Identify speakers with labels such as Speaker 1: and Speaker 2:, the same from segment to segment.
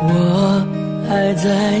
Speaker 1: 我还在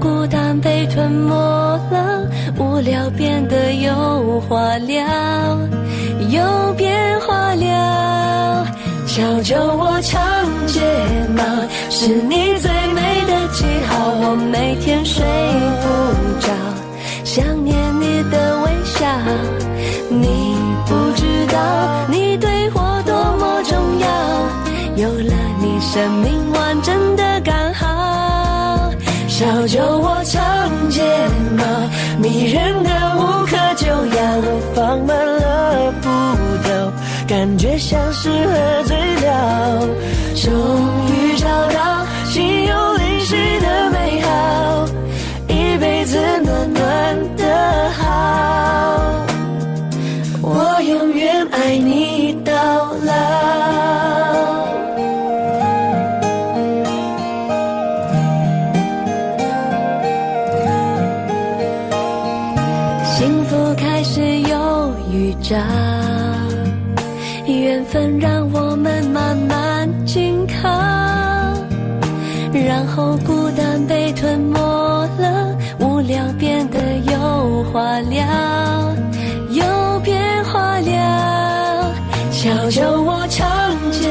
Speaker 2: 孤单被吞没了，无聊变得有话聊，有变化了。小酒窝长睫毛是你最美的记号，我每天睡不着，想念你的微笑。你不知道你对我多么重要，有了你生命完整的刚好。小酒窝长睫毛，迷人的无可救药，我放慢了步调，感觉像是喝醉了，终于找到心有灵犀的美好，一辈子暖暖的好，我永远爱你到老。幸福开始有预兆，缘分让我们慢慢紧靠，然后孤单被吞没了，无聊变得有话聊，有变化了。小酒窝长睫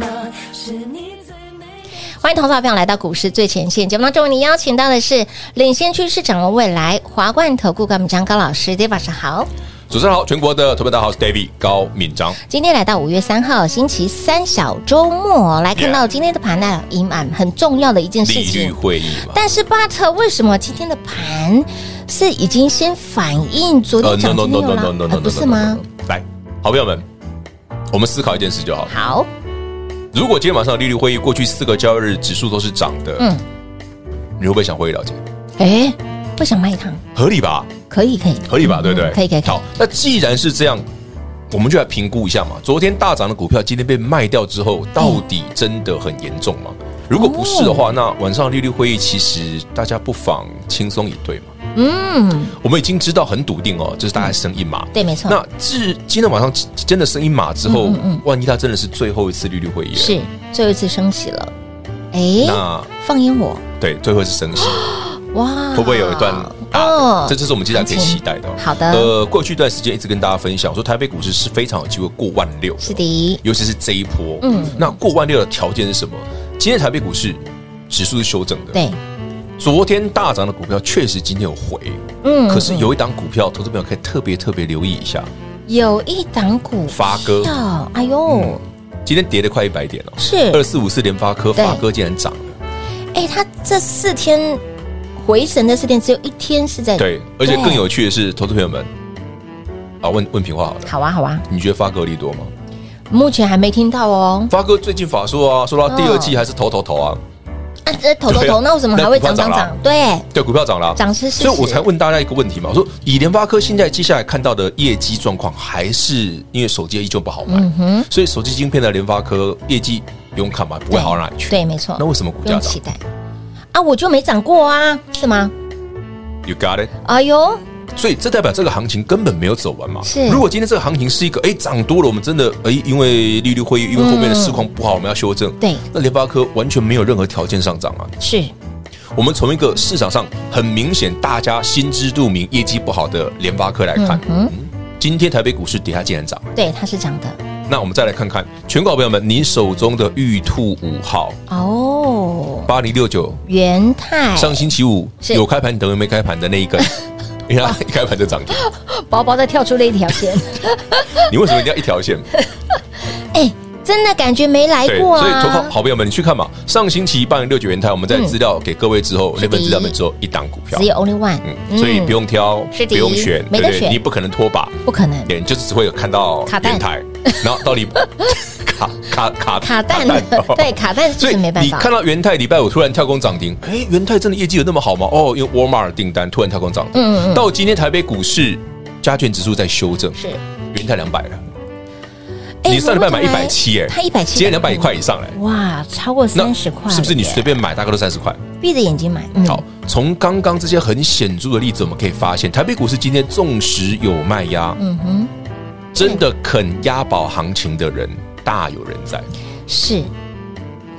Speaker 2: 毛是你最美的。
Speaker 3: 欢迎投资者朋友来到股市最前线节目当中，为您邀请到的是领先趋势、掌握未来华冠投顾高敏章高老师，大家晚上好。
Speaker 4: 主持人好，全国的投票大号是 David 高敏章，
Speaker 3: 今天来到五月三号星期三小周末，来看到
Speaker 4: Yeah
Speaker 3: 今天的盘呢，隐瞒很重要的一件事
Speaker 4: 利率
Speaker 3: 情。
Speaker 4: 会议嘛。
Speaker 3: 但是，but 为什么今天的盘是已经先反映昨天涨停没有了？呃不是吗？
Speaker 4: 来，好朋友们，我们思考一件事就好了。
Speaker 3: 好，
Speaker 4: 如果今天晚上的利率会议过去四个交易日指数都是涨的，
Speaker 3: 嗯
Speaker 4: 嗯，你会不会想回了解？
Speaker 3: 哎，不想卖一趟，
Speaker 4: 合理吧？
Speaker 3: 可以可以，
Speaker 4: 合理吧？
Speaker 3: 嗯
Speaker 4: 对不对？
Speaker 3: 可以可以，可以
Speaker 4: 好，那既然是这样，我们就来评估一下嘛。昨天大涨的股票，今天被卖掉之后，到底真的很严重吗？如果不是的
Speaker 3: 哦
Speaker 4: 话，那晚上利率会议其实大家不妨轻松以对嘛。
Speaker 3: 嗯，
Speaker 4: 我们已经知道很笃定哦，就是大概升一码。
Speaker 3: 对，没错，
Speaker 4: 那至今天晚上真的升一码之后
Speaker 3: 嗯嗯嗯嗯，
Speaker 4: 万一它真的是最后一次利率会议，
Speaker 3: 是最后一次升息了。哎，
Speaker 4: 那
Speaker 3: 放烟火，
Speaker 4: 对最后一次升息，
Speaker 3: 哇，
Speaker 4: 会不会有一段大
Speaker 3: 啊哦
Speaker 4: 的？这就是我们接下来可以
Speaker 3: 行情
Speaker 4: 期待的哦。
Speaker 3: 好的
Speaker 4: 呃，过去一段时间一直跟大家分享说，台北股市是非常有机会过万六，
Speaker 3: 是的，
Speaker 4: 尤其是这一波。
Speaker 3: 嗯
Speaker 4: 嗯，那过万六的条件是什么？今天台北股市指数是修正的，
Speaker 3: 对，
Speaker 4: 昨天大涨的股票确实今天有回，
Speaker 3: 嗯
Speaker 4: 可是有一档股票，投资朋友可以特别特别留意一下，
Speaker 3: 有一档股
Speaker 4: 发哥
Speaker 3: 票，哎呦，
Speaker 4: 嗯今天跌了快一百点了，哦
Speaker 3: 是
Speaker 4: 二四五四联发科
Speaker 3: 对
Speaker 4: 发哥竟然涨了，
Speaker 3: 哎，他这四天回神的四天，只有一天是在
Speaker 4: 对，而且
Speaker 3: 对
Speaker 4: 更有趣的是，投资朋友们啊，问问平话好
Speaker 3: 好
Speaker 4: 了，
Speaker 3: 啊，好啊，
Speaker 4: 你觉得发哥利多吗？
Speaker 3: 目前还没听到哦。
Speaker 4: 发哥最近法说啊，说到第二季还是头头头啊，
Speaker 3: 啊，这头头
Speaker 4: 对
Speaker 3: 头，
Speaker 4: 啊
Speaker 3: 那为什么还会
Speaker 4: 那
Speaker 3: 涨
Speaker 4: 股票
Speaker 3: 涨
Speaker 4: 涨了
Speaker 3: 涨？对，
Speaker 4: 对，股票涨了啊，
Speaker 3: 涨是事实
Speaker 4: 所以我才问大家一个问题嘛，我说以联发科现在接下来看到的业绩状况，还是因为手机依旧不好卖，
Speaker 3: 嗯哼，
Speaker 4: 所以手机晶片的联发科业绩不用看嘛，不会好到哪里去。
Speaker 3: 对，没错
Speaker 4: 那。为什么股
Speaker 3: 不
Speaker 4: 价
Speaker 3: 用
Speaker 4: 涨
Speaker 3: 期待啊，我就没涨过啊，是吗？
Speaker 4: ？You got it。
Speaker 3: 哎呦，
Speaker 4: 所以这代表这个行情根本没有走完嘛。
Speaker 3: 是
Speaker 4: 如果今天这个行情是一个哎涨多了，我们真的哎因为利率会议，因为后面的市况不好，我们要修正。
Speaker 3: 对
Speaker 4: 那联发科完全没有任何条件上涨啊。
Speaker 3: 是
Speaker 4: 我们从一个市场上很明显大家心知肚明业绩不好的联发科来看，
Speaker 3: 嗯
Speaker 4: 嗯今天台北股市底下竟然涨了，
Speaker 3: 对，它是涨的，
Speaker 4: 那我们再来看看全国好朋友们，你手中的玉兔五号
Speaker 3: 哦，
Speaker 4: 八零六九，
Speaker 3: 元泰
Speaker 4: 上星期五
Speaker 3: 哎是
Speaker 4: 有开盘等于没开盘的那 一根，因为它一开盘就涨停。
Speaker 3: 薄薄的跳出了一条 线，
Speaker 4: 你为什么一定要一条线？
Speaker 3: 哎，真的感觉没来
Speaker 4: 对，
Speaker 3: 过
Speaker 4: 所以投放
Speaker 3: 啊，
Speaker 4: 好朋友们，你去看嘛。上星期八零六九元台，我们在资料给各位之后，
Speaker 3: 嗯是
Speaker 4: 那份
Speaker 3: 的
Speaker 4: 资料里面只有一档股票
Speaker 3: 只，有 only one，
Speaker 4: 嗯，所以不用挑，
Speaker 3: 是的
Speaker 4: 不用选，
Speaker 3: 没
Speaker 4: 对
Speaker 3: 得
Speaker 4: 不对？
Speaker 3: 选
Speaker 4: 你不可能拖把，
Speaker 3: 嗯不可能，
Speaker 4: 对，你就是只会有看到
Speaker 3: 卡蛋
Speaker 4: 电台，然后到底 卡卡卡
Speaker 3: 卡蛋的， 对，卡蛋
Speaker 4: 所
Speaker 3: 就
Speaker 4: 以
Speaker 3: 是没办
Speaker 4: 你
Speaker 3: 法
Speaker 4: 看，到元泰礼拜五突然跳空涨停，哎，元泰真的业绩有那么好吗？哦，因为沃尔玛的订单突然跳空涨停，
Speaker 3: 嗯嗯嗯
Speaker 4: 到今天台北股市加权指数在修正，
Speaker 3: 是，
Speaker 4: 元泰两百了，
Speaker 3: 哎
Speaker 4: 你上礼拜买
Speaker 3: 回过头来
Speaker 4: 170哎
Speaker 3: 它一百七，
Speaker 4: 今天两百块以上嘞，
Speaker 3: 哇，超过三十块了耶，
Speaker 4: 是不是你随便买大概都三十块？
Speaker 3: 闭着眼睛买？嗯
Speaker 4: 好，，从刚刚这些很显著的例子，我们可以发现，台北股市今天纵使有卖压，
Speaker 3: 嗯哼，
Speaker 4: 真的肯押宝行情的人大有人在。
Speaker 3: 是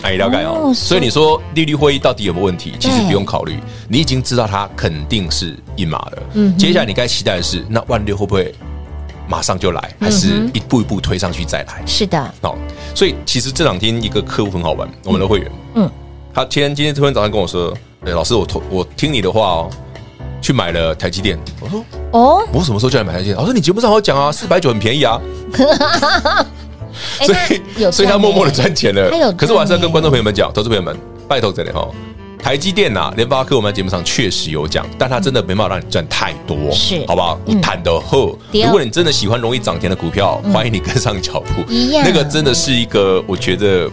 Speaker 4: 哎，了解哦。
Speaker 3: 哦
Speaker 4: 所以你说利率会议到底有没有问题？其实不用考虑，你已经知道它肯定是一码了。
Speaker 3: 嗯哼
Speaker 4: 接下来你该期待的是，那万六会不会马上就来，还
Speaker 3: 嗯
Speaker 4: 是一步一步推上去再来？
Speaker 3: 是的，
Speaker 4: 哦，所以其实这两天一个客户很好玩，我们的会员，
Speaker 3: 嗯，
Speaker 4: 他今天今天突然早上跟我说，哎，老师，我投我听你的话哦，去买了台积电。我说
Speaker 3: 哦，
Speaker 4: 我什么时候叫你买台积电？我说你节目上好讲啊，四百九很便宜 啊，
Speaker 3: 哎
Speaker 4: 所
Speaker 3: 那有
Speaker 4: 以所以他
Speaker 3: 赚
Speaker 4: 默默的
Speaker 3: 耶
Speaker 4: 赚钱了
Speaker 3: 他有赚。
Speaker 4: 可是我还是要
Speaker 3: 耶
Speaker 4: 跟观众朋友们讲，投资朋友们，拜托这里哈，台积电呐、联发科我们在节目上确实有讲，但它真的没办法让你赚太多，
Speaker 3: 是
Speaker 4: 好不好？
Speaker 3: 嗯
Speaker 4: 你谈的后，
Speaker 3: 对哦嗯
Speaker 4: 如果你真的喜欢容易涨停的股票，欢迎你跟上脚步。
Speaker 3: 一样
Speaker 4: 那个真的是一个，我觉得。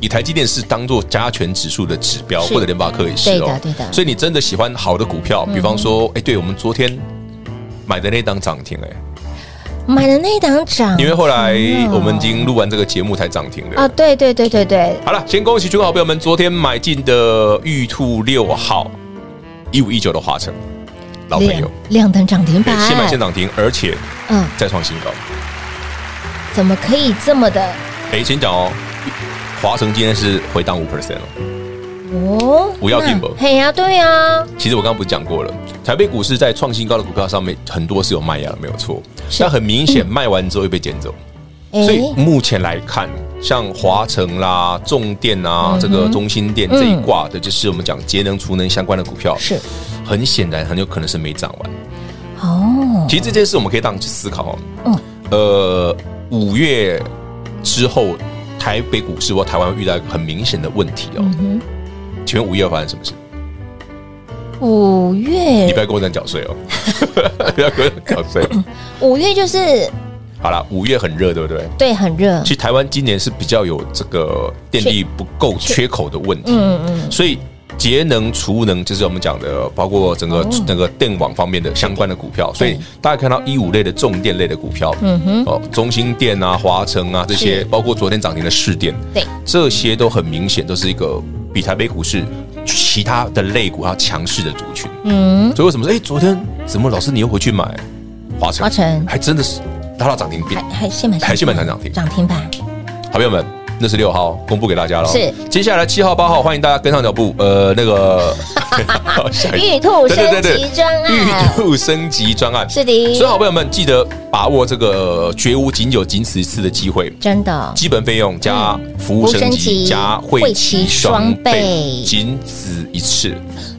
Speaker 4: 以台积电是当做加权指数的指标，
Speaker 3: 是
Speaker 4: 或者联发科也是
Speaker 3: 对的
Speaker 4: 哦。
Speaker 3: 对的嗯
Speaker 4: 所以你真的喜欢好的股票，比方说，哎，对我们昨天买的那档涨停，哎，
Speaker 3: 买的那档涨，
Speaker 4: 因为后来
Speaker 3: 嗯
Speaker 4: 我们已经录完这个节目才涨停的
Speaker 3: 啊，对对对对对，
Speaker 4: 好了，先恭喜全国好朋友们昨天买进的玉兔六号一五一九的华晨，老朋友哎
Speaker 3: 亮，亮灯涨停板，
Speaker 4: 现买现涨停，而且
Speaker 3: 嗯，
Speaker 4: 再创新高。
Speaker 3: 怎么可以这么的
Speaker 4: 哎，先讲哦，华晨今天是回档五 percent 哦。
Speaker 3: 哦？
Speaker 4: 不要
Speaker 3: 那
Speaker 4: 定吧
Speaker 3: 嘿呀，对啊呀，
Speaker 4: 其实我刚刚不是讲过了，台北股市在创新高的股票上面很多是有卖压的，没有错。但很明显，卖完之后又被捡走。所以
Speaker 3: 哎，
Speaker 4: 目前来看，像华城啦、重电
Speaker 3: 嗯
Speaker 4: 啊、这个中心电这一挂的，就是我们讲节能储能相关的股票，
Speaker 3: 是
Speaker 4: 很显然很有可能是没涨完。
Speaker 3: 哦，
Speaker 4: 其实这件事我们可以当去思考
Speaker 3: 嗯
Speaker 4: 哦。呃，五月之后，台北股市或台湾会遇到一个很明显的问题哦。
Speaker 3: 嗯
Speaker 4: 请问五月发生什么事？
Speaker 3: 哼，五
Speaker 4: 你
Speaker 3: 月
Speaker 4: 不要跟我讲缴税哦， 不要跟我讲缴税。
Speaker 3: 五月就是
Speaker 4: 好啦，五月很热，对不对？
Speaker 3: 对很热
Speaker 4: 其，实台湾今年是比较有这个电力不够缺口的问题，
Speaker 3: 嗯嗯，
Speaker 4: 所以节能、储能就是我们讲的，包括整
Speaker 3: 哦
Speaker 4: 个那个电网方面的相关的股票。所以大家看到一五类的重电类的股票，
Speaker 3: 嗯哼，
Speaker 4: 哦，中兴电啊、华城啊这些
Speaker 3: 是，
Speaker 4: 包括昨天涨停的市电，
Speaker 3: 对，
Speaker 4: 这些都很明显都是一个比台北股市其他的类股要强势的族群。
Speaker 3: 嗯，
Speaker 4: 所以为什么说？哎，昨天怎么老师你又回去买华城？
Speaker 3: 华哎城
Speaker 4: 还真的是拉到涨停板
Speaker 3: 还。还现买
Speaker 4: 还现买涨停
Speaker 3: 涨停板，
Speaker 4: 好朋友们，那是六号公布给大家了。哦
Speaker 3: 是，
Speaker 4: 接下来七号、八号，欢迎大家跟上脚步。呃，那 个下一个
Speaker 3: 玉兔
Speaker 4: 对对
Speaker 3: 升
Speaker 4: 对
Speaker 3: 级专
Speaker 4: 对玉
Speaker 3: 案，
Speaker 4: 兔升级专案。
Speaker 3: 是的
Speaker 4: 所以好朋友们，记得把握这个绝无仅有、仅此一次的机会。
Speaker 3: 真的
Speaker 4: 基本费用加服
Speaker 3: 服
Speaker 4: 务
Speaker 3: 务升
Speaker 4: 升
Speaker 3: 级
Speaker 4: 级加会期双
Speaker 3: 会期双
Speaker 4: 倍
Speaker 3: 倍，
Speaker 4: 仅此一次，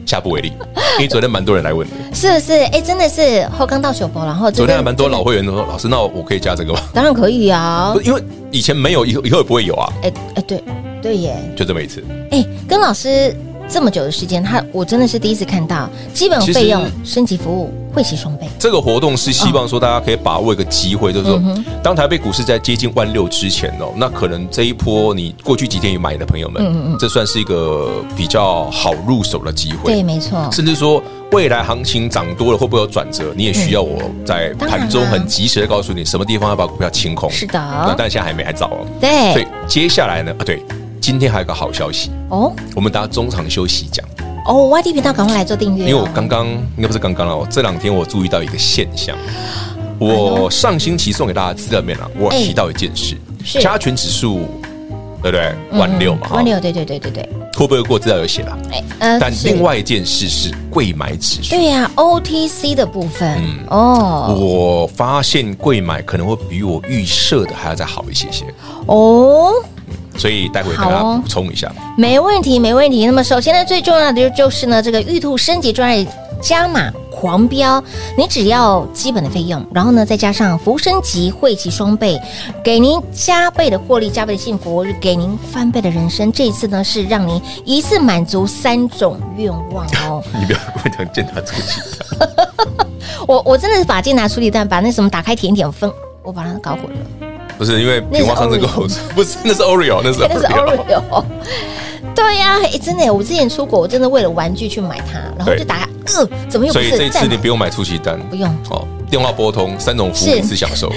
Speaker 4: 下不为例。因为昨天蛮多人来问的，
Speaker 3: 是不是？哎，真的是后刚到手博，然后
Speaker 4: 昨
Speaker 3: 昨
Speaker 4: 天还蛮多老会员都说：“老师，那我可以加这个吗
Speaker 3: 当然可以？”啊
Speaker 4: 不，是，因为以前没有，以后以后也不会有啊，
Speaker 3: 哎哎，对对耶，
Speaker 4: 就这么一次。
Speaker 3: 哎，跟老师这么久的时间，他我真的是第一次看到，基本费用
Speaker 4: 其
Speaker 3: 升级服务会齐双倍，
Speaker 4: 这个活动是希望说大家可以把握一个机会，就是说
Speaker 3: 嗯哼，
Speaker 4: 当台北股市在接近万六之前哦，那可能这一波你过去几天有买的朋友
Speaker 3: 嗯嗯
Speaker 4: 们，这算是一个比较好入手的机
Speaker 3: 对，
Speaker 4: 会。
Speaker 3: 没错，
Speaker 4: 甚至说未来行情涨多了会不会有转折，你也需要我在
Speaker 3: 当然啊
Speaker 4: 盘中很及时的告诉你什么地方要把股票清空。
Speaker 3: 是
Speaker 4: 那
Speaker 3: 的，
Speaker 4: 但现在还没，还早哦。所以
Speaker 3: 对，
Speaker 4: 接下来呢？啊，对，今天还有一个好消息，
Speaker 3: 哦
Speaker 4: 我们大家中场休息讲，
Speaker 3: 哦，YT 频道赶快来做订阅哦，
Speaker 4: 因为我刚刚应该不是刚刚了，我这两天我注意到一个现象。我上星期送给大家的资料里面啊，我
Speaker 3: 哎
Speaker 4: 提到一件事，
Speaker 3: 是
Speaker 4: 加权指数，对不对？万六嘛，哦
Speaker 3: 万嗯哦六，对对对对对，
Speaker 4: 会不会过？资料有写了。
Speaker 3: 哎，呃
Speaker 4: 但
Speaker 3: 是
Speaker 4: 另外一件事是贵买指数，
Speaker 3: 对呀，OTC 的部分，
Speaker 4: 嗯
Speaker 3: 哦
Speaker 4: 我发现贵买可能会比我预设的还要再好一些些，
Speaker 3: 哦，
Speaker 4: 所以待会大
Speaker 3: 好
Speaker 4: 家
Speaker 3: 哦
Speaker 4: 补充一下。
Speaker 3: 没问题，没问题。那么首先呢，最重要的就就是呢，这个玉兔升级专案加码狂飙，你只要基本的费用，然后呢再加上服务升级，汇齐双倍，给您加倍的获利，加倍的幸福，给您翻倍的人生。这一次呢是让您一次满足三种愿望哦。
Speaker 4: 你不要跟我讲健达出去，
Speaker 3: 我我真的是把健达处理蛋，把那什么打开舔一舔分，我把它搞混了。
Speaker 4: 不是因为
Speaker 3: 那是
Speaker 4: 平花上次跟我说， 不是那是 Oreo，那是
Speaker 3: 那是
Speaker 4: Oreo。
Speaker 3: Oreo。对呀、诶真的耶，我之前出国，我真的为了玩具去买它，然后
Speaker 4: 对
Speaker 3: 就打开，嗯、怎么又不
Speaker 4: 所
Speaker 3: 是
Speaker 4: 以这一次
Speaker 3: 蛋
Speaker 4: 你不用买出奇单，
Speaker 3: 不用
Speaker 4: 哦，电话拨通，三种服务
Speaker 3: 是
Speaker 4: 一次享 受。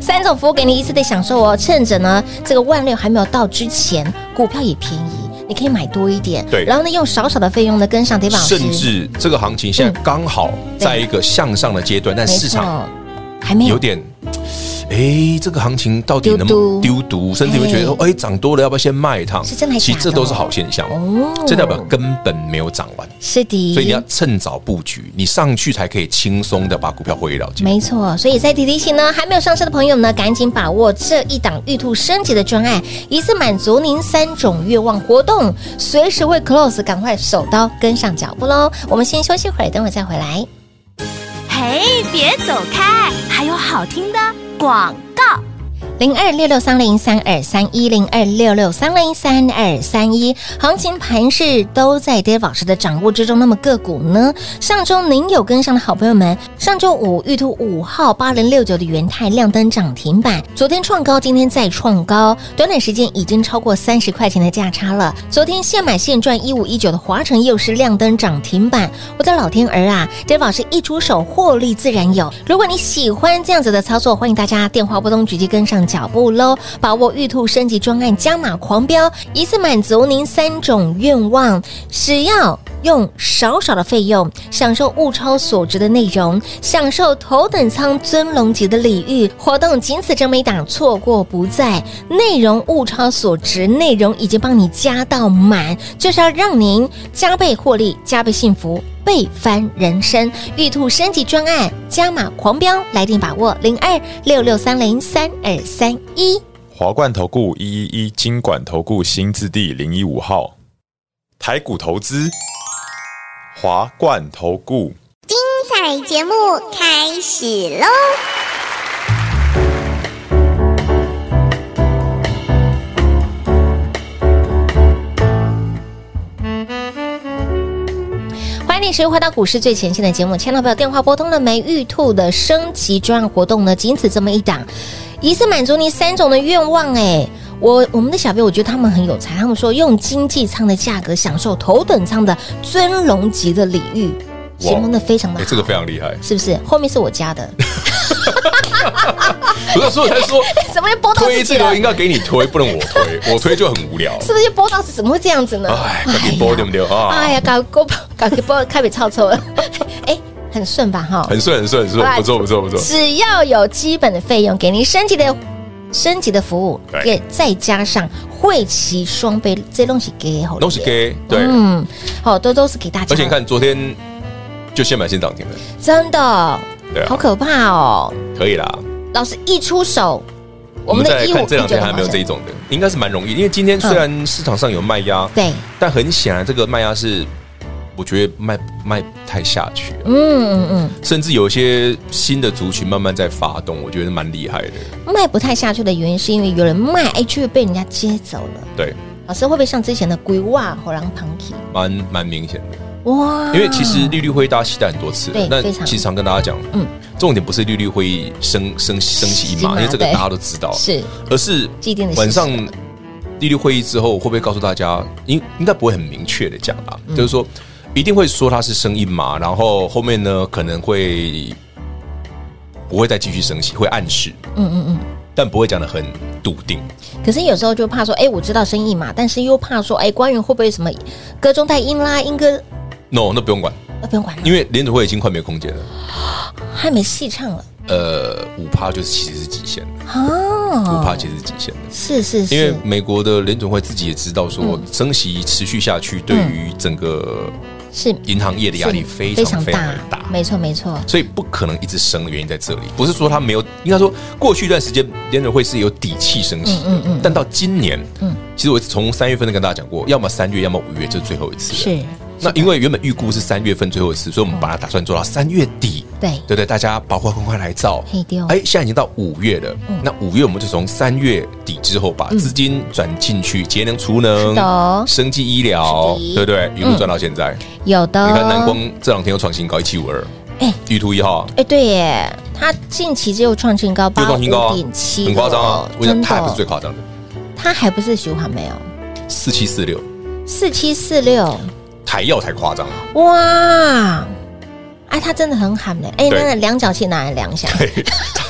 Speaker 3: 三种服务给你一次的享受哦。趁着呢这个万六还没有到之前，股票也便宜，你可以买多一点。
Speaker 4: 对
Speaker 3: 然后呢用少少的费用呢跟上 d a 老师，
Speaker 4: 甚至这个行情现在刚好在一个向上的阶段，但
Speaker 3: 没
Speaker 4: 市场
Speaker 3: 错还没
Speaker 4: 有
Speaker 3: 有。
Speaker 4: 点，哎，这个行情到底
Speaker 3: 丢
Speaker 4: 能
Speaker 3: 丢
Speaker 4: 不能丢毒？甚至会觉得说，哎，涨多了要不要先卖一趟？
Speaker 3: 是真的还
Speaker 4: 其实
Speaker 3: 假的
Speaker 4: 这都是好现象
Speaker 3: 哦，
Speaker 4: 这代表根本没有涨完，
Speaker 3: 是的，
Speaker 4: 所以你要趁早布局，你上去才可以轻松的把股票获利了结。
Speaker 3: 没错，所以在提提醒呢，还没有上车的朋友呢，赶紧把握这一档玉兔升级的专案，一次满足您三种愿望活动，随时会 close，赶快手刀跟上脚步喽！我们先休息会儿，等会再回来。
Speaker 2: 嘿，别走开，还有好听的广告。
Speaker 3: 零二六六三零三二三一零二六六三零三二三一，行情盘势都在 Dave 老师的掌握之中。那么个股呢？上周您有跟上的好朋友们，上周五玉兔五号八零六九的元泰亮灯涨停板，昨天创高，今天再创高，短短时间已经超过三十块钱的价差了。昨天现买现赚一五一九的华晨又是亮灯涨停板，我的老天儿啊！Dave 老师一出手，获利自然有。如果你喜欢这样子的操作，欢迎大家电话拨通，直接跟上脚步喽，把握玉兔升级专案加码狂飙，一次满足您三种愿望，只要用少少的费用，享受物超所值的内容，享受头等舱尊龙级的礼遇。活动仅此这么一档，错过不再。内容物超所值，内容已经帮你加到满，就是要让您加倍获利，加倍幸福。倍翻人生，玉兔升级专案加码狂飙，来电把握零二六六三零三二三一。
Speaker 5: 华冠投顾一一一金管投顾新字第零一五号，台股投资，华冠投顾。
Speaker 6: 彩节目开始喽！
Speaker 3: 欢迎你，持续回到股市最前线的节目。千万不要电话拨通了没？玉兔的升级专案活动呢，仅此这么一档，一次满足你三种的愿望。哎，我我们的小编，我觉得他们很有才，他们说用经济舱的价格享受头等舱的尊龙级的礼遇，
Speaker 4: 哇
Speaker 3: 形容的非常的
Speaker 4: 哎
Speaker 3: 好，，
Speaker 4: 这个非常厉害，
Speaker 3: 是不是？后面是我家 的，
Speaker 4: 不要说我才 说
Speaker 3: 怎么又拨到
Speaker 4: 推
Speaker 3: 自己
Speaker 4: 这
Speaker 3: 了
Speaker 4: 个应？该给你推，不能我 推，我推就很无聊。
Speaker 3: 啊是不是又拨到是怎么会这样子呢？
Speaker 4: 哎，赶紧
Speaker 3: 哎
Speaker 4: 播
Speaker 3: 呀
Speaker 4: 对不对啊？
Speaker 3: 哎呀，搞搞搞拨开始操作了， 哎，很顺吧哈？
Speaker 4: 很顺很顺很顺，不错不错不错。
Speaker 3: 只要有基本的费用，给您升级的升级的服务，
Speaker 4: 嗯对
Speaker 3: 也再加上汇齐双倍，这东西给好了
Speaker 4: 都是给对，
Speaker 3: 嗯，好，都都是给大家，
Speaker 4: 而且你看昨天就先买先涨停了，
Speaker 3: 真的
Speaker 4: 对啊
Speaker 3: 好可怕哦！
Speaker 4: 可以啦。
Speaker 3: 老师一出手，
Speaker 4: 我们再来看
Speaker 3: 15
Speaker 4: 这两天还没有
Speaker 3: 19
Speaker 4: 这一种的，应该是蛮容易，因为今天虽然市场上有卖压，
Speaker 3: 嗯对，
Speaker 4: 但很显然这个卖压是我觉得卖卖不太下去啊，
Speaker 3: 嗯嗯
Speaker 4: 甚至有一些新的族群慢慢在发动，我觉得蛮厉害的。
Speaker 3: 嗯，卖不太下去的原因是因为有人卖，哎，却被人家接走了。
Speaker 4: 对，
Speaker 3: 老师会不会像之前的鬼袜火狼 p u
Speaker 4: 蛮蛮明显的，
Speaker 3: 哇，
Speaker 4: 因为其实利率会议大家期待很多次
Speaker 3: 对，
Speaker 4: 那
Speaker 3: 非常
Speaker 4: 其实常跟大家讲，
Speaker 3: 嗯
Speaker 4: 嗯，重点不是利率会议升升升息一
Speaker 3: 一码
Speaker 4: 码，因为这个
Speaker 3: 对
Speaker 4: 大家都知道，
Speaker 3: 是
Speaker 4: 而是
Speaker 3: 既定的
Speaker 4: 晚上
Speaker 3: 事实
Speaker 4: 利率会议之后，会不会告诉大家？应应该不会很明确的讲啦，
Speaker 3: 嗯
Speaker 4: 就是说一定会说它是升一码，然后后面呢可能会不会再继续升息，会暗示，
Speaker 3: 嗯嗯嗯。
Speaker 4: 但不会讲的很笃定。
Speaker 3: 可是有时候就怕说，哎、我知道生意嘛，但是又怕说，哎、官员会不会什么歌中带音啦，音歌
Speaker 4: No，那不用管，
Speaker 3: 那不用管了，
Speaker 4: 因为联储会已经快没空间了，
Speaker 3: 还没戏唱了
Speaker 4: 呃，五趴就是其实是极限了。
Speaker 3: 啊。
Speaker 4: 不怕
Speaker 3: 哦，
Speaker 4: 节制极限的。
Speaker 3: 是是嗯
Speaker 4: 因为
Speaker 3: 是，
Speaker 4: 美国的联总会自己也知道，说升息持续下去，对于整个
Speaker 3: 是
Speaker 4: 银行业的压力
Speaker 3: 嗯是
Speaker 4: 非常非常的大，
Speaker 3: 没错没错，
Speaker 4: 所以不可能一直升的原因在这里，不是说他没有，应该说过去一段时间联准会是有底气升息，
Speaker 3: 嗯嗯嗯
Speaker 4: 但到今年，其实我从三月份就跟大家讲过，要么三月，要么五月，这是最后一次了。
Speaker 3: 是
Speaker 4: 那因为原本预估是三月份最后一次，所以我们把它打算做到三月底，
Speaker 3: 对
Speaker 4: 对不对？大家包括快快来照
Speaker 3: 嘿对哦，嗯
Speaker 4: 哎，现在已经到五月了，那五月我们就从三月底之后把资金转进去节能储
Speaker 3: 是的哦
Speaker 4: 能、生技医疗
Speaker 3: 是，的
Speaker 4: 对不对？一路赚到现在，
Speaker 3: 有的哦。
Speaker 4: 你看南光这两天又创新高一七五二，
Speaker 3: 哎
Speaker 4: 玉兔一号啊。
Speaker 3: 哎，对耶，它近期就创新高，
Speaker 4: 又
Speaker 3: 八
Speaker 4: 创新
Speaker 3: 五
Speaker 4: 高、啊，
Speaker 3: 点七，
Speaker 4: 很夸张啊！我
Speaker 3: 真
Speaker 4: 想
Speaker 3: 的
Speaker 4: 它还不是最
Speaker 3: 哦，
Speaker 4: 夸张的，
Speaker 3: 它还不是循环没有，
Speaker 4: 四七四六
Speaker 3: 四七四六，
Speaker 4: 台药才夸张，啊
Speaker 3: 哇！哎，它真的很喊嘞！哎，
Speaker 4: 对
Speaker 3: 那量角器拿来量一下，
Speaker 4: 对，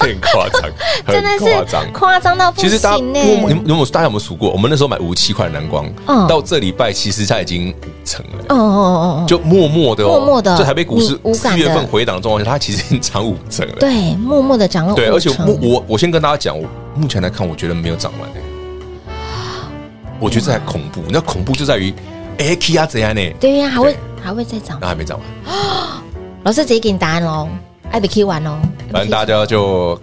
Speaker 4: 很夸张，
Speaker 3: 真的
Speaker 4: 很夸
Speaker 3: 是
Speaker 4: 张。
Speaker 3: 夸张到不
Speaker 4: 其实大家，
Speaker 3: 行呢。欸
Speaker 4: 你们你们大家有没有数过？我们那时候买五十七块的蓝光
Speaker 3: 嗯，
Speaker 4: 到这礼拜其实它已经五成了。
Speaker 3: 哦哦哦哦，
Speaker 4: 就默默的哦，
Speaker 3: 默默地
Speaker 4: 这台北股市
Speaker 3: 你无感
Speaker 4: 四
Speaker 3: 的
Speaker 4: 月份回档的状况下，它其实已经涨五成了。
Speaker 3: 对，默默的涨了五成，
Speaker 4: 对，而且我我我先跟大家讲，我目前来看，我觉得没有涨完欸我觉得这还恐怖，那恐怖就在于，哎，K 啊怎样呢？
Speaker 3: 对呀，还会
Speaker 4: 对
Speaker 3: 还会再涨
Speaker 4: 那。还没涨完。
Speaker 3: 老师直接给你答案喽，艾比 Q 完哦喽。
Speaker 4: 反正大家就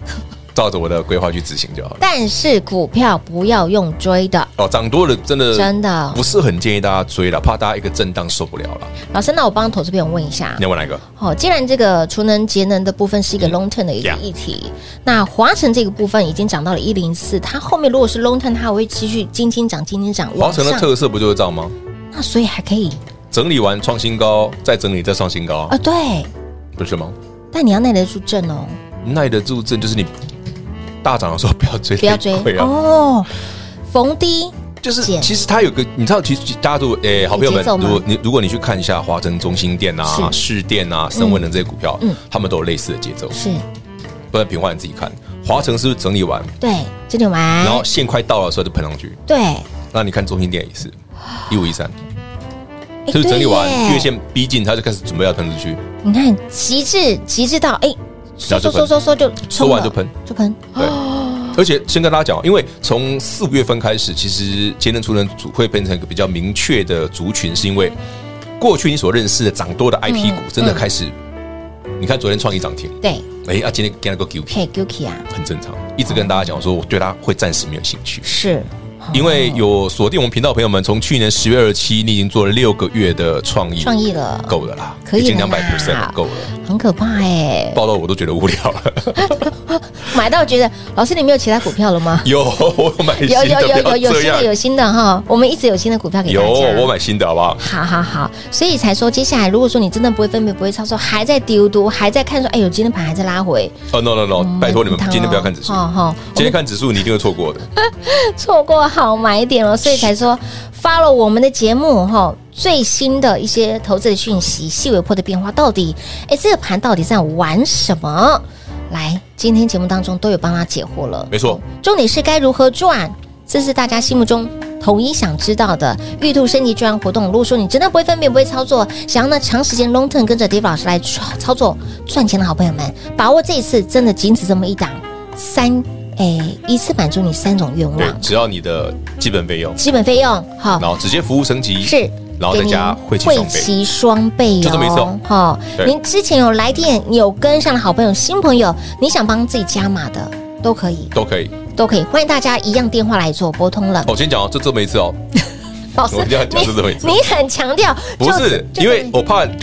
Speaker 4: 照着我的规划去执行就好了。
Speaker 3: 但是股票不要用追的，
Speaker 4: 哦，涨多了真的
Speaker 3: 真的
Speaker 4: 不是很建议大家追了，怕大家一个震荡受不了了。
Speaker 3: 老师，那我帮投资朋友问一下
Speaker 4: 你，要问哪一个？
Speaker 3: 好，既然这个储能节能的部分是一个 long term 的一个
Speaker 4: 嗯 Yeah
Speaker 3: 议题，那华晨这个部分已经涨到了一零四，它后面如果是 long term，它还会继续轻轻涨、轻轻涨
Speaker 4: 华
Speaker 3: 往
Speaker 4: 晨
Speaker 3: 上
Speaker 4: 的，特色不就是这样吗？
Speaker 3: 那所以还可以
Speaker 4: 整理完创新高，再整理再创新高啊
Speaker 3: 啊、，对，
Speaker 4: 不是吗？
Speaker 3: 但你要耐得住震哦，
Speaker 4: 耐得住震就是你大涨的时候不要追，
Speaker 3: 不要追、
Speaker 4: 对啊。
Speaker 3: 哦，逢低
Speaker 4: 就是
Speaker 3: 减
Speaker 4: 其实它有个，你知道，其实大家如果诶、好朋友
Speaker 3: 有
Speaker 4: 们，
Speaker 3: 节奏吗
Speaker 4: 如果你如果你去看一下华晨中心店啊、市电啊、升温的这些股票，
Speaker 3: 嗯
Speaker 4: 他们都有类似的节奏。
Speaker 3: 是
Speaker 4: 不然平话你自己看，华晨是不是整理完，
Speaker 3: 对，这里
Speaker 4: 然后
Speaker 3: 玩
Speaker 4: 线快到了的时候就喷上去？
Speaker 3: 对，哎
Speaker 4: 那你看中心店也是，一五一三，就是整理完
Speaker 3: 哎对耶
Speaker 4: 月线逼近，它就开始准备要喷出去，
Speaker 3: 你看极致极致到哎，收
Speaker 4: 然
Speaker 3: 收
Speaker 4: 后就
Speaker 3: 收
Speaker 4: 喷
Speaker 3: 收收就
Speaker 4: 说
Speaker 3: 冲
Speaker 4: 完
Speaker 3: 了
Speaker 4: 就喷。
Speaker 3: 就喷，
Speaker 4: 对，而且先跟大家讲，因为从四五月份开始，其实节能储能组会变成一个比较明确的族群，是因为过去你所认识的涨多的 IP
Speaker 3: 嗯
Speaker 4: 股，真的开始，你看昨天创意涨停，
Speaker 3: 对，
Speaker 4: 哎，啊，今天给了个 QP，
Speaker 3: 嘿 g u c i 啊，
Speaker 4: 很正常。一直跟大家讲说，我对它会暂时没有兴趣，
Speaker 3: 是
Speaker 4: 因为有锁定我们频道的朋友们，从去年十月二十七，你已经做了六个月的创意，
Speaker 3: 创意了，
Speaker 4: 够了啦，
Speaker 3: 可以
Speaker 4: 已经
Speaker 3: 了
Speaker 4: 两
Speaker 3: 啦
Speaker 4: 百 percent 够了，
Speaker 3: 很可怕哎、
Speaker 4: 报到我都觉得无聊了。？
Speaker 3: 买到觉得老师，你没有其他股票了吗
Speaker 4: 有我 有买新
Speaker 3: 有
Speaker 4: 的，
Speaker 3: 有有
Speaker 4: 不要
Speaker 3: 有有
Speaker 4: 这
Speaker 3: 新的
Speaker 4: 样
Speaker 3: 有新的哈，我们一直有新的股票给大家。
Speaker 4: 有我买新的好不好？
Speaker 3: 好好好，所以才说接下来，如果说你真的不会分辨、不会操作，还在丢丢，还在看说，哎呦，今天盘还在拉回，
Speaker 4: 哦、n o no no，拜托你们
Speaker 3: 汤哦
Speaker 4: 今天不要看指数，
Speaker 3: 哦哦
Speaker 4: 今天看指数你一定会错过的。
Speaker 3: 错过好买点了，所以才说 follow 我们的节目哈，最新的一些投资的讯息、细微波的变化，到底哎这个盘到底在玩什么？来，今天节目当中都有帮他解惑了，
Speaker 4: 没错，
Speaker 3: 重点是该如何赚，这是大家心目中统一想知道的。玉兔升级专案活动，如果说你真的不会分辨、不会操作，想要呢长时间 long term 跟着 Dave 老师来操操作赚钱的好朋友们，把握这一次，真的仅此这么一档，三诶一次满足你三种愿
Speaker 4: 对，
Speaker 3: 望，
Speaker 4: 只要你的基本费用，
Speaker 3: 基本费用好。
Speaker 4: 然后直接服务升级
Speaker 3: 是，
Speaker 4: 然后再加
Speaker 3: 给
Speaker 4: 会
Speaker 3: 您
Speaker 4: 期双倍。
Speaker 3: 齐双倍哦，
Speaker 4: 就这么一次哦
Speaker 3: 哈
Speaker 4: 对
Speaker 3: 您之前有来电有跟上的好朋友、新朋友，你想帮自己加码的都可以，
Speaker 4: 都可以。哦
Speaker 3: 都可以，欢迎大家一样电话来做拨通了。
Speaker 4: 我、先讲哦，就这么一次哦，
Speaker 3: 老师，
Speaker 4: 我一定要讲
Speaker 3: 你
Speaker 4: 是这么一次
Speaker 3: 你很强调，
Speaker 4: 不是，
Speaker 3: 就
Speaker 4: 因为
Speaker 3: 就
Speaker 4: 我怕过两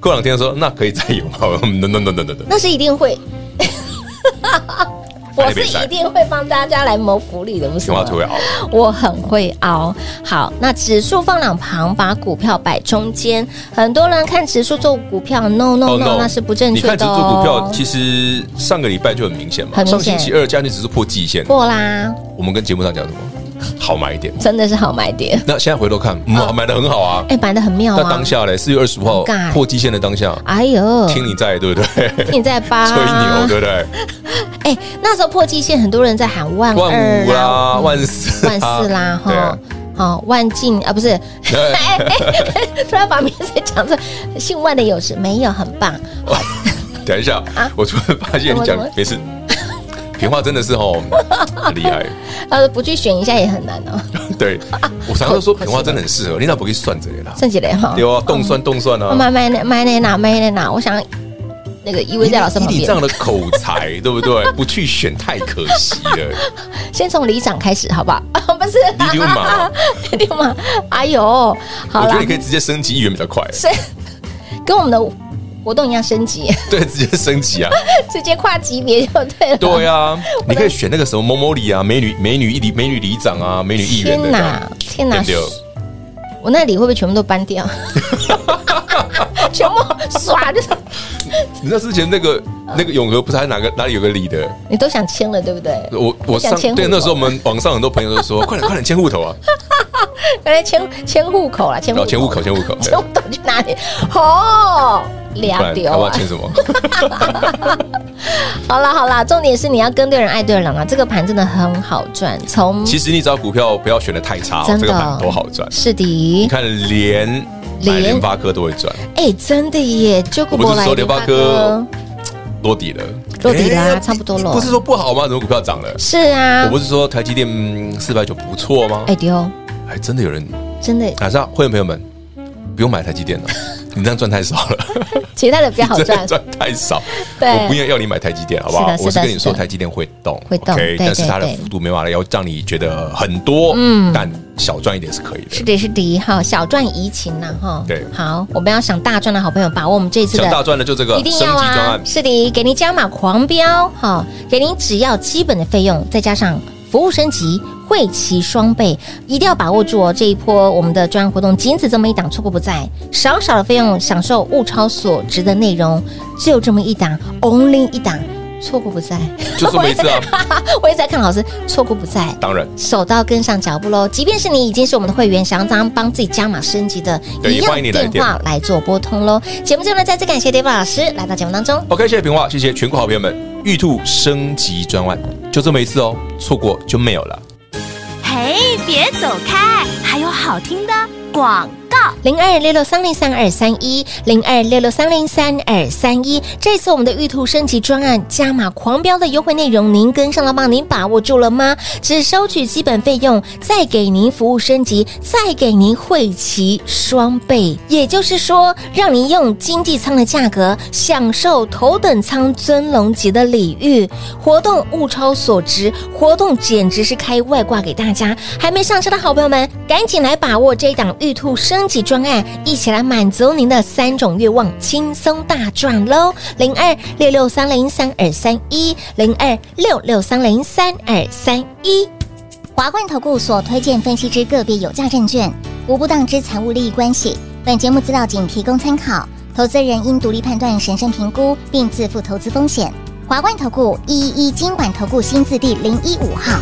Speaker 4: 过两天说那可以再有 嗯吗？No No No No No No，
Speaker 3: 那是一定 会，我
Speaker 4: 那
Speaker 3: 是
Speaker 4: 边塞
Speaker 3: 一定会帮大家来谋福利的，不是
Speaker 4: 青蛙
Speaker 3: 吗？
Speaker 4: 啊腿会熬。
Speaker 3: 我很会熬。好，那指数放两旁，把股票摆中间。很多人看指数做股票，no no no，, 那是不正
Speaker 4: 哦你
Speaker 3: 确
Speaker 4: 看指
Speaker 3: 的
Speaker 4: 数股票
Speaker 3: 哦，。
Speaker 4: 其实上个礼拜就很明显嘛，
Speaker 3: 很明
Speaker 4: 上
Speaker 3: 显哦
Speaker 4: 星期二加权指数破季线，
Speaker 3: 过啦，
Speaker 4: 我们跟节目上讲什么？好买一点。
Speaker 3: 真的是好买点。
Speaker 4: 那现在回头看，嗯，买的很好啊。
Speaker 3: 哎，买的很妙
Speaker 4: 那
Speaker 3: 啊！
Speaker 4: 当下嘞，四月二十五号
Speaker 3: 很尬欸
Speaker 4: 破季线的当下，
Speaker 3: 哎呦，
Speaker 4: 听你在对不对？
Speaker 3: 你在扒
Speaker 4: 吹牛对不对？
Speaker 3: 哎，那时候破季线，很多人在喊万
Speaker 4: 万
Speaker 3: 二
Speaker 4: 五啦，
Speaker 3: 嗯
Speaker 4: 万 四啊，
Speaker 3: 万四啦，
Speaker 4: 对啊
Speaker 3: 哈，好万进啊，不是，哎哎，哎 突然把名字讲错，姓万的有时没有，很棒，
Speaker 4: 等一下，我突然发现你
Speaker 3: 啊怎么怎么
Speaker 4: 讲没事，平话真的 是哦，很厉害。
Speaker 3: 呃，不去选一下也很难哦，
Speaker 4: 对我常常说平话真的很适合，你那不可以算这个啦，
Speaker 3: 剩几类哈。
Speaker 4: 对啊，动算动算
Speaker 3: 我
Speaker 4: 啊。
Speaker 3: 买买那买那哪买那哪，我想那个依偎在老师旁
Speaker 4: 以你这样
Speaker 3: 边，
Speaker 4: 的口才，对不 对？不去选太可惜了。
Speaker 3: 先从里长开始好不 好？啊，不是，
Speaker 4: 你就马，哦
Speaker 3: 你就马，哎呦，好
Speaker 4: 我觉
Speaker 3: 啦
Speaker 4: 得你，可以直接升级议员比较快，
Speaker 3: 是跟我们的活动一样升级，
Speaker 4: 对，直接升级啊。
Speaker 3: 直接跨级别就对了。
Speaker 4: 对 啊，你可以选那个什么某某里啊，美女美女一里美女里长啊，美女议员
Speaker 3: 天
Speaker 4: 的这
Speaker 3: 哪
Speaker 4: 样，，
Speaker 3: 天
Speaker 4: 对
Speaker 3: 哪
Speaker 4: 不，对？
Speaker 3: 我那里会不会全部都搬 掉？全部刷就是，
Speaker 4: 你知道之前那个
Speaker 3: 嗯
Speaker 4: 那个永和不是还哪个哪里有个里的？
Speaker 3: 你都想签了对不对？
Speaker 4: 我我
Speaker 3: 想
Speaker 4: 上
Speaker 3: 迁户
Speaker 4: 对
Speaker 3: 头
Speaker 4: 那时候我们网上很多朋友 都说，快点快点迁户头啊，
Speaker 3: 原来迁迁户口啦，迁户
Speaker 4: 然后哦迁户口迁户口，
Speaker 3: 迁户口去哪里？哦，
Speaker 4: 不然
Speaker 3: 俩
Speaker 4: 台
Speaker 3: 丢
Speaker 4: 湾
Speaker 3: 啊！
Speaker 4: 迁什 么？
Speaker 3: 好啦好啦，重点是你要跟对人，爱对人啊！这个盘真的很好赚，从
Speaker 4: 其实你只要股票不要选的太差哦，
Speaker 3: 真的
Speaker 4: 这个盘多好赚。
Speaker 3: 是
Speaker 4: 你
Speaker 3: 的，
Speaker 4: 看连买
Speaker 3: 连
Speaker 4: 联发科都会赚，
Speaker 3: 哎，真的耶，就顾
Speaker 4: 我不
Speaker 3: 博
Speaker 4: 是
Speaker 3: 来
Speaker 4: 说联发科落底了，
Speaker 3: 落底啦
Speaker 4: 哎
Speaker 3: 差不多了
Speaker 4: 不是说不好吗？怎么股票涨了？
Speaker 3: 是啊
Speaker 4: 我，不是说台积电四百九不错吗？
Speaker 3: 哎丢，
Speaker 4: 还真的有人，
Speaker 3: 真的，
Speaker 4: 晚上会员朋友们不用买台积电 了，你这样赚太少了，
Speaker 3: 其他的比较好
Speaker 4: 真的
Speaker 3: 赚，
Speaker 4: 赚太少。
Speaker 3: 对
Speaker 4: 我不愿意要你买台积电，好不
Speaker 3: 是
Speaker 4: 好
Speaker 3: 的？是的
Speaker 4: 我是跟你
Speaker 3: 是
Speaker 4: 说，
Speaker 3: 的
Speaker 4: 台积电会动，
Speaker 3: 会动
Speaker 4: OK，
Speaker 3: 对
Speaker 4: 但是它的
Speaker 3: 对对
Speaker 4: 幅度没办法要让你觉得很多，
Speaker 3: 嗯
Speaker 4: 但小赚一点是可以
Speaker 3: 是
Speaker 4: 的。
Speaker 3: 的，是的，哈，小赚怡情呐，哈，
Speaker 4: 对
Speaker 3: 好，我们要想大赚的好朋友，把握我们这次
Speaker 4: 想大
Speaker 3: 的。
Speaker 4: 赚的就这个
Speaker 3: 一定
Speaker 4: 升级
Speaker 3: 要
Speaker 4: 专
Speaker 3: 啊
Speaker 4: 案！，
Speaker 3: 是的，给您加码狂飙，好，给您只要基本的费用，再加上服务升级，汇齐双倍，一定要把握住哦！这一波我们的专案活动，仅此这么一档，错过不再。少少的费用，享受物超所值的内容，只有这么一档，only 一档，错过不再。
Speaker 4: 就这么一次啊！
Speaker 3: 我也在看老师，错过不再。
Speaker 4: 当然，
Speaker 3: 手到跟上脚步喽！即便是你已经是我们的会员，想要帮帮自己加码升级的，
Speaker 4: 对
Speaker 3: 一
Speaker 4: 也欢
Speaker 3: 样
Speaker 4: 迎你来
Speaker 3: 电
Speaker 4: 电
Speaker 3: 话来做拨通喽。节目最后呢，再次感谢 David 老师来到节目当中。
Speaker 4: OK，谢谢平话，谢谢全国好朋友们，玉兔升级专案就这么一次哦，错过就没有了。
Speaker 2: 嘿，别走开，还有好听的广告。
Speaker 3: 零二六六三零三二三一，零二六六三零三二三一。这次我们的玉兔升级专案加码狂飙的优惠内容，您跟上了吗？您把握住了吗？只收取基本费用，再给您服务升级，再给您汇齐双倍，也就是说，让您用经济舱的价格享受头等舱尊龙级的礼遇。活动物超所值，活动简直是开外挂给大家。还没上车的好朋友们，赶紧来把握这一档玉兔升级专案，一起来满足您的三种愿望，轻松大赚喽！零二六六三零三二三一，零二六六三零三二三一。
Speaker 6: 华冠投顾所推荐分析之个别有价证券，无不当之财务利益关系。本节目资料仅提供参考，投资人应独立判断、审慎评估，并自负投资风险。华冠投顾一一一金管投顾新字第零一五号。